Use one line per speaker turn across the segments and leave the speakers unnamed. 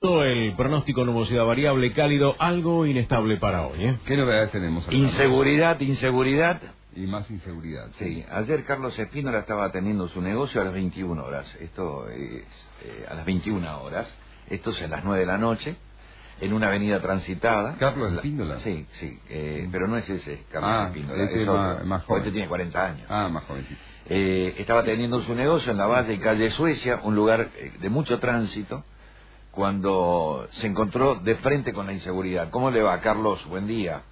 Todo el pronóstico nubosidad variable, cálido, algo inestable para hoy. ¿eh?
¿Qué novedades tenemos? Alejandro?
Inseguridad, inseguridad.
Y más inseguridad.
Sí, ayer Carlos Espínola estaba atendiendo su negocio a las 21 horas. Esto es eh, a las 21 horas. Esto es a las 9 de la noche, en una avenida transitada.
Carlos Espíndola.
Sí, sí,
Mm.
eh, pero no es ese Carlos
Ah,
Espíndola.
este
es
es
otro.
más- más joven.
Este tiene 40 años.
Ah, más jovencito.
Eh, estaba teniendo su negocio en la valle y calle Suecia, un lugar eh, de mucho tránsito, cuando se encontró de frente con la inseguridad. ¿Cómo le va, Carlos? Buen día.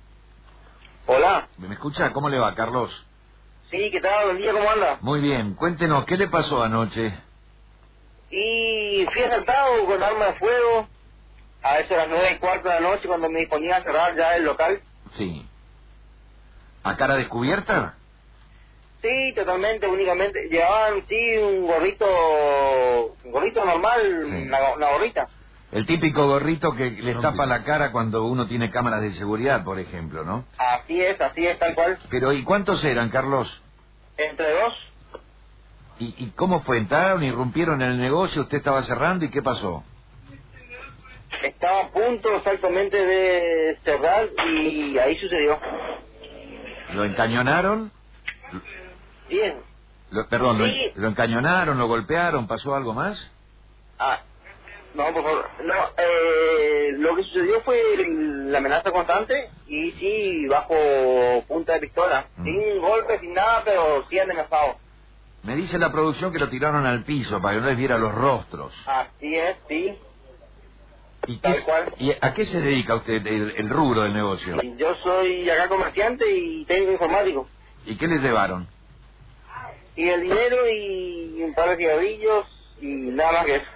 Hola,
¿Me escucha? ¿Cómo le va, Carlos?
sí, ¿qué tal? Buen día, ¿cómo anda?
Muy bien, cuéntenos, ¿qué le pasó anoche?
Y fui asaltado con arma de fuego a eso de las nueve y cuarto de la noche cuando me disponía a cerrar ya el local.
Sí. ¿A cara descubierta?
Sí, totalmente, únicamente. Llevaban, sí, un gorrito, un gorrito normal,
Sí.
una, go- una gorrita.
El típico gorrito que le
Rompe.
tapa la cara cuando uno tiene cámaras de seguridad, por ejemplo, ¿no?
Así es, así es, tal cual.
Pero, ¿y cuántos eran, Carlos?
Entre dos.
¿Y, y cómo fue? ¿Entraron, irrumpieron en el negocio, usted estaba cerrando y qué pasó?
Estaba a punto exactamente de cerrar y ahí sucedió.
¿Lo encañonaron?
Bien.
Lo- perdón, lo,
Sí.
lo encañonaron, lo golpearon, pasó algo más?
Ah, no, por favor. No, eh, lo que sucedió fue el- la amenaza constante y sí, bajo punta de pistola.
Mm.
Sin golpe, sin nada, pero sí amenazado.
Me dice la producción que lo tiraron al piso para que no les viera los rostros.
Así es, sí.
¿Y,
Tal
qué-
cual.
y a qué se dedica usted el, el rubro del negocio?
Yo soy acá comerciante y técnico informático.
¿Y qué les llevaron?
Y el dinero y un par de cigarrillos y nada más que eso.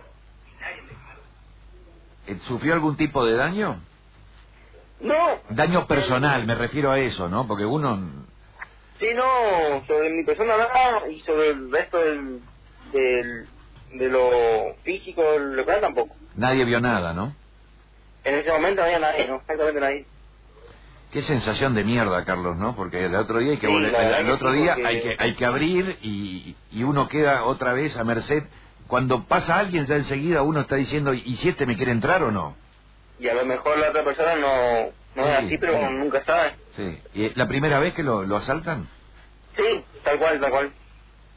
Eh, ¿Sufrió algún tipo de daño?
No,
Daño personal, me refiero a eso, ¿no? Porque uno...
sí, no, sobre mi persona nada y sobre el resto del, del, de lo físico del local tampoco.
Nadie vio nada, ¿no?
En ese momento no había nadie, ¿no? Exactamente nadie.
Qué sensación de mierda, Carlos, ¿no? Porque el otro día hay que
Sí,
volver-
la
el,
verdad que
otro
sí,
día
porque-
hay que hay que abrir y, y uno queda otra vez a merced. Cuando pasa alguien ya enseguida uno está diciendo ¿y si este me quiere entrar o no?
Y a lo mejor la otra persona no, no es
Sí,
así, pero
sí.
uno nunca sabe.
Sí. ¿Y la primera vez que lo, lo asaltan?
Sí, tal cual, tal cual.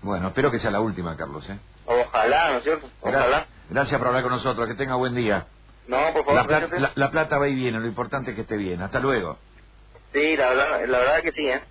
Bueno, espero que sea la última, Carlos. ¿eh?
Ojalá, ¿no es cierto?
Gra-
Ojalá.
Gracias por hablar con nosotros. Que tenga buen día.
No, por favor,
La, pla-
preséntate.
la- la plata va y viene. Lo importante es que esté bien. Hasta luego.
Sí, la verdad, la verdad que sí, ¿eh?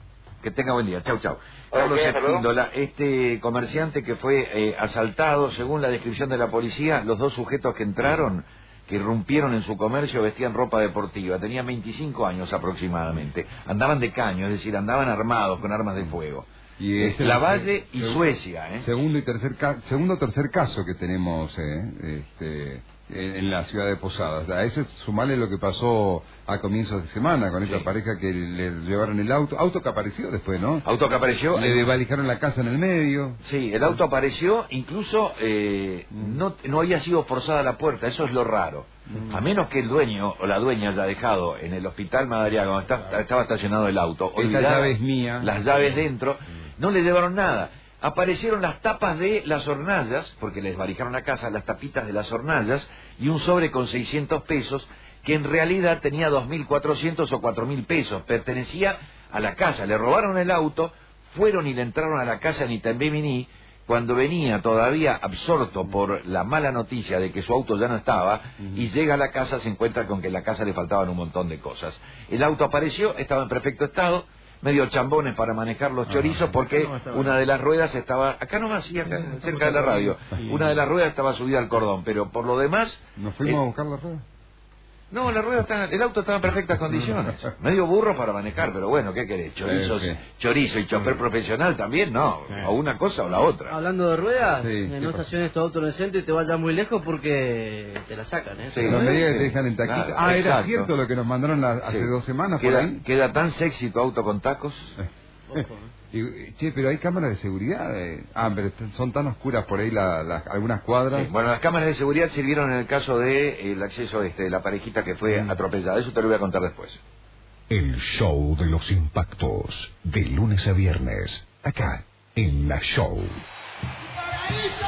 Que tenga buen día. Chau, chau.
Ok,
Carlos
hasta luego.
Espíndola, este comerciante que fue eh, asaltado, según la descripción de la policía, los dos sujetos que entraron, que irrumpieron en su comercio, vestían ropa deportiva. Tenían 25 años aproximadamente. Andaban de caño, es decir, andaban armados con armas de fuego.
Y eh, es el-
la Valle y
seg-
Suecia, ¿eh?
Segundo y tercer ca- segundo o tercer caso que tenemos eh, este, en, en la ciudad de Posadas. A eso sumale lo que pasó a comienzos de semana con esta
Sí.
pareja que le llevaron el auto, auto que apareció después, ¿no?
Auto que apareció.
Le desvalijaron la casa en el medio.
Sí, el auto apareció, incluso eh, no, no había sido forzada la puerta, eso es lo raro.
Mm.
A menos que el dueño o la dueña haya dejado en el hospital Madariaga, donde está- estaba estacionado el auto,
Esta llave es mía.
las llaves dentro, no le llevaron nada. Aparecieron las tapas de las hornallas, porque les barijaron la casa, las tapitas de las hornallas, y un sobre con 600 pesos, que en realidad tenía 2.400 o 4.000 pesos, pertenecía a la casa. Le robaron el auto, fueron y le entraron a la casa en Itambemini, cuando venía todavía absorto por la mala noticia de que su auto ya no estaba y llega a la casa se encuentra con que en la casa le faltaban un montón de cosas. El auto apareció, estaba en perfecto estado, medio chambones para manejar los chorizos Ah, porque una de las ruedas estaba, acá nomás, sí,
Eh,
acá, cerca de la radio, una de las ruedas estaba subida al cordón, pero por lo demás...
¿Nos
Eh,
fuimos a buscar la rueda?
No, la rueda está, el auto estaba en perfectas condiciones. Medio burro para manejar, pero bueno, ¿qué querés? Chorizos,
Sí, sí.
chorizo y chofer profesional también, no. O una cosa o la otra.
Hablando de ruedas,
Sí,
eh,
¿qué
no
pasa?
estaciones tu auto en el centro y te vayas muy lejos porque te la sacan, ¿eh?
Sí.
Los medios que te dejan en taquita.
Claro,
ah, era
exacto.
cierto lo que nos mandaron la- hace
Sí.
dos semanas por
queda,
ahí.
queda tan sexy tu auto con tacos.
Ojo, ¿eh?
Y, che, pero hay cámaras de seguridad. eh. Ah, pero est- son tan oscuras por ahí la- las- algunas cuadras.
Sí, Bueno, las cámaras de seguridad sirvieron en el caso de eh, el acceso este de la parejita que fue
Mm.
atropellada. Eso te lo voy a contar después.
El show de los impactos, de lunes a viernes, acá en la show.
Paraíso.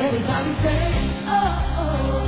Everybody say, oh, oh.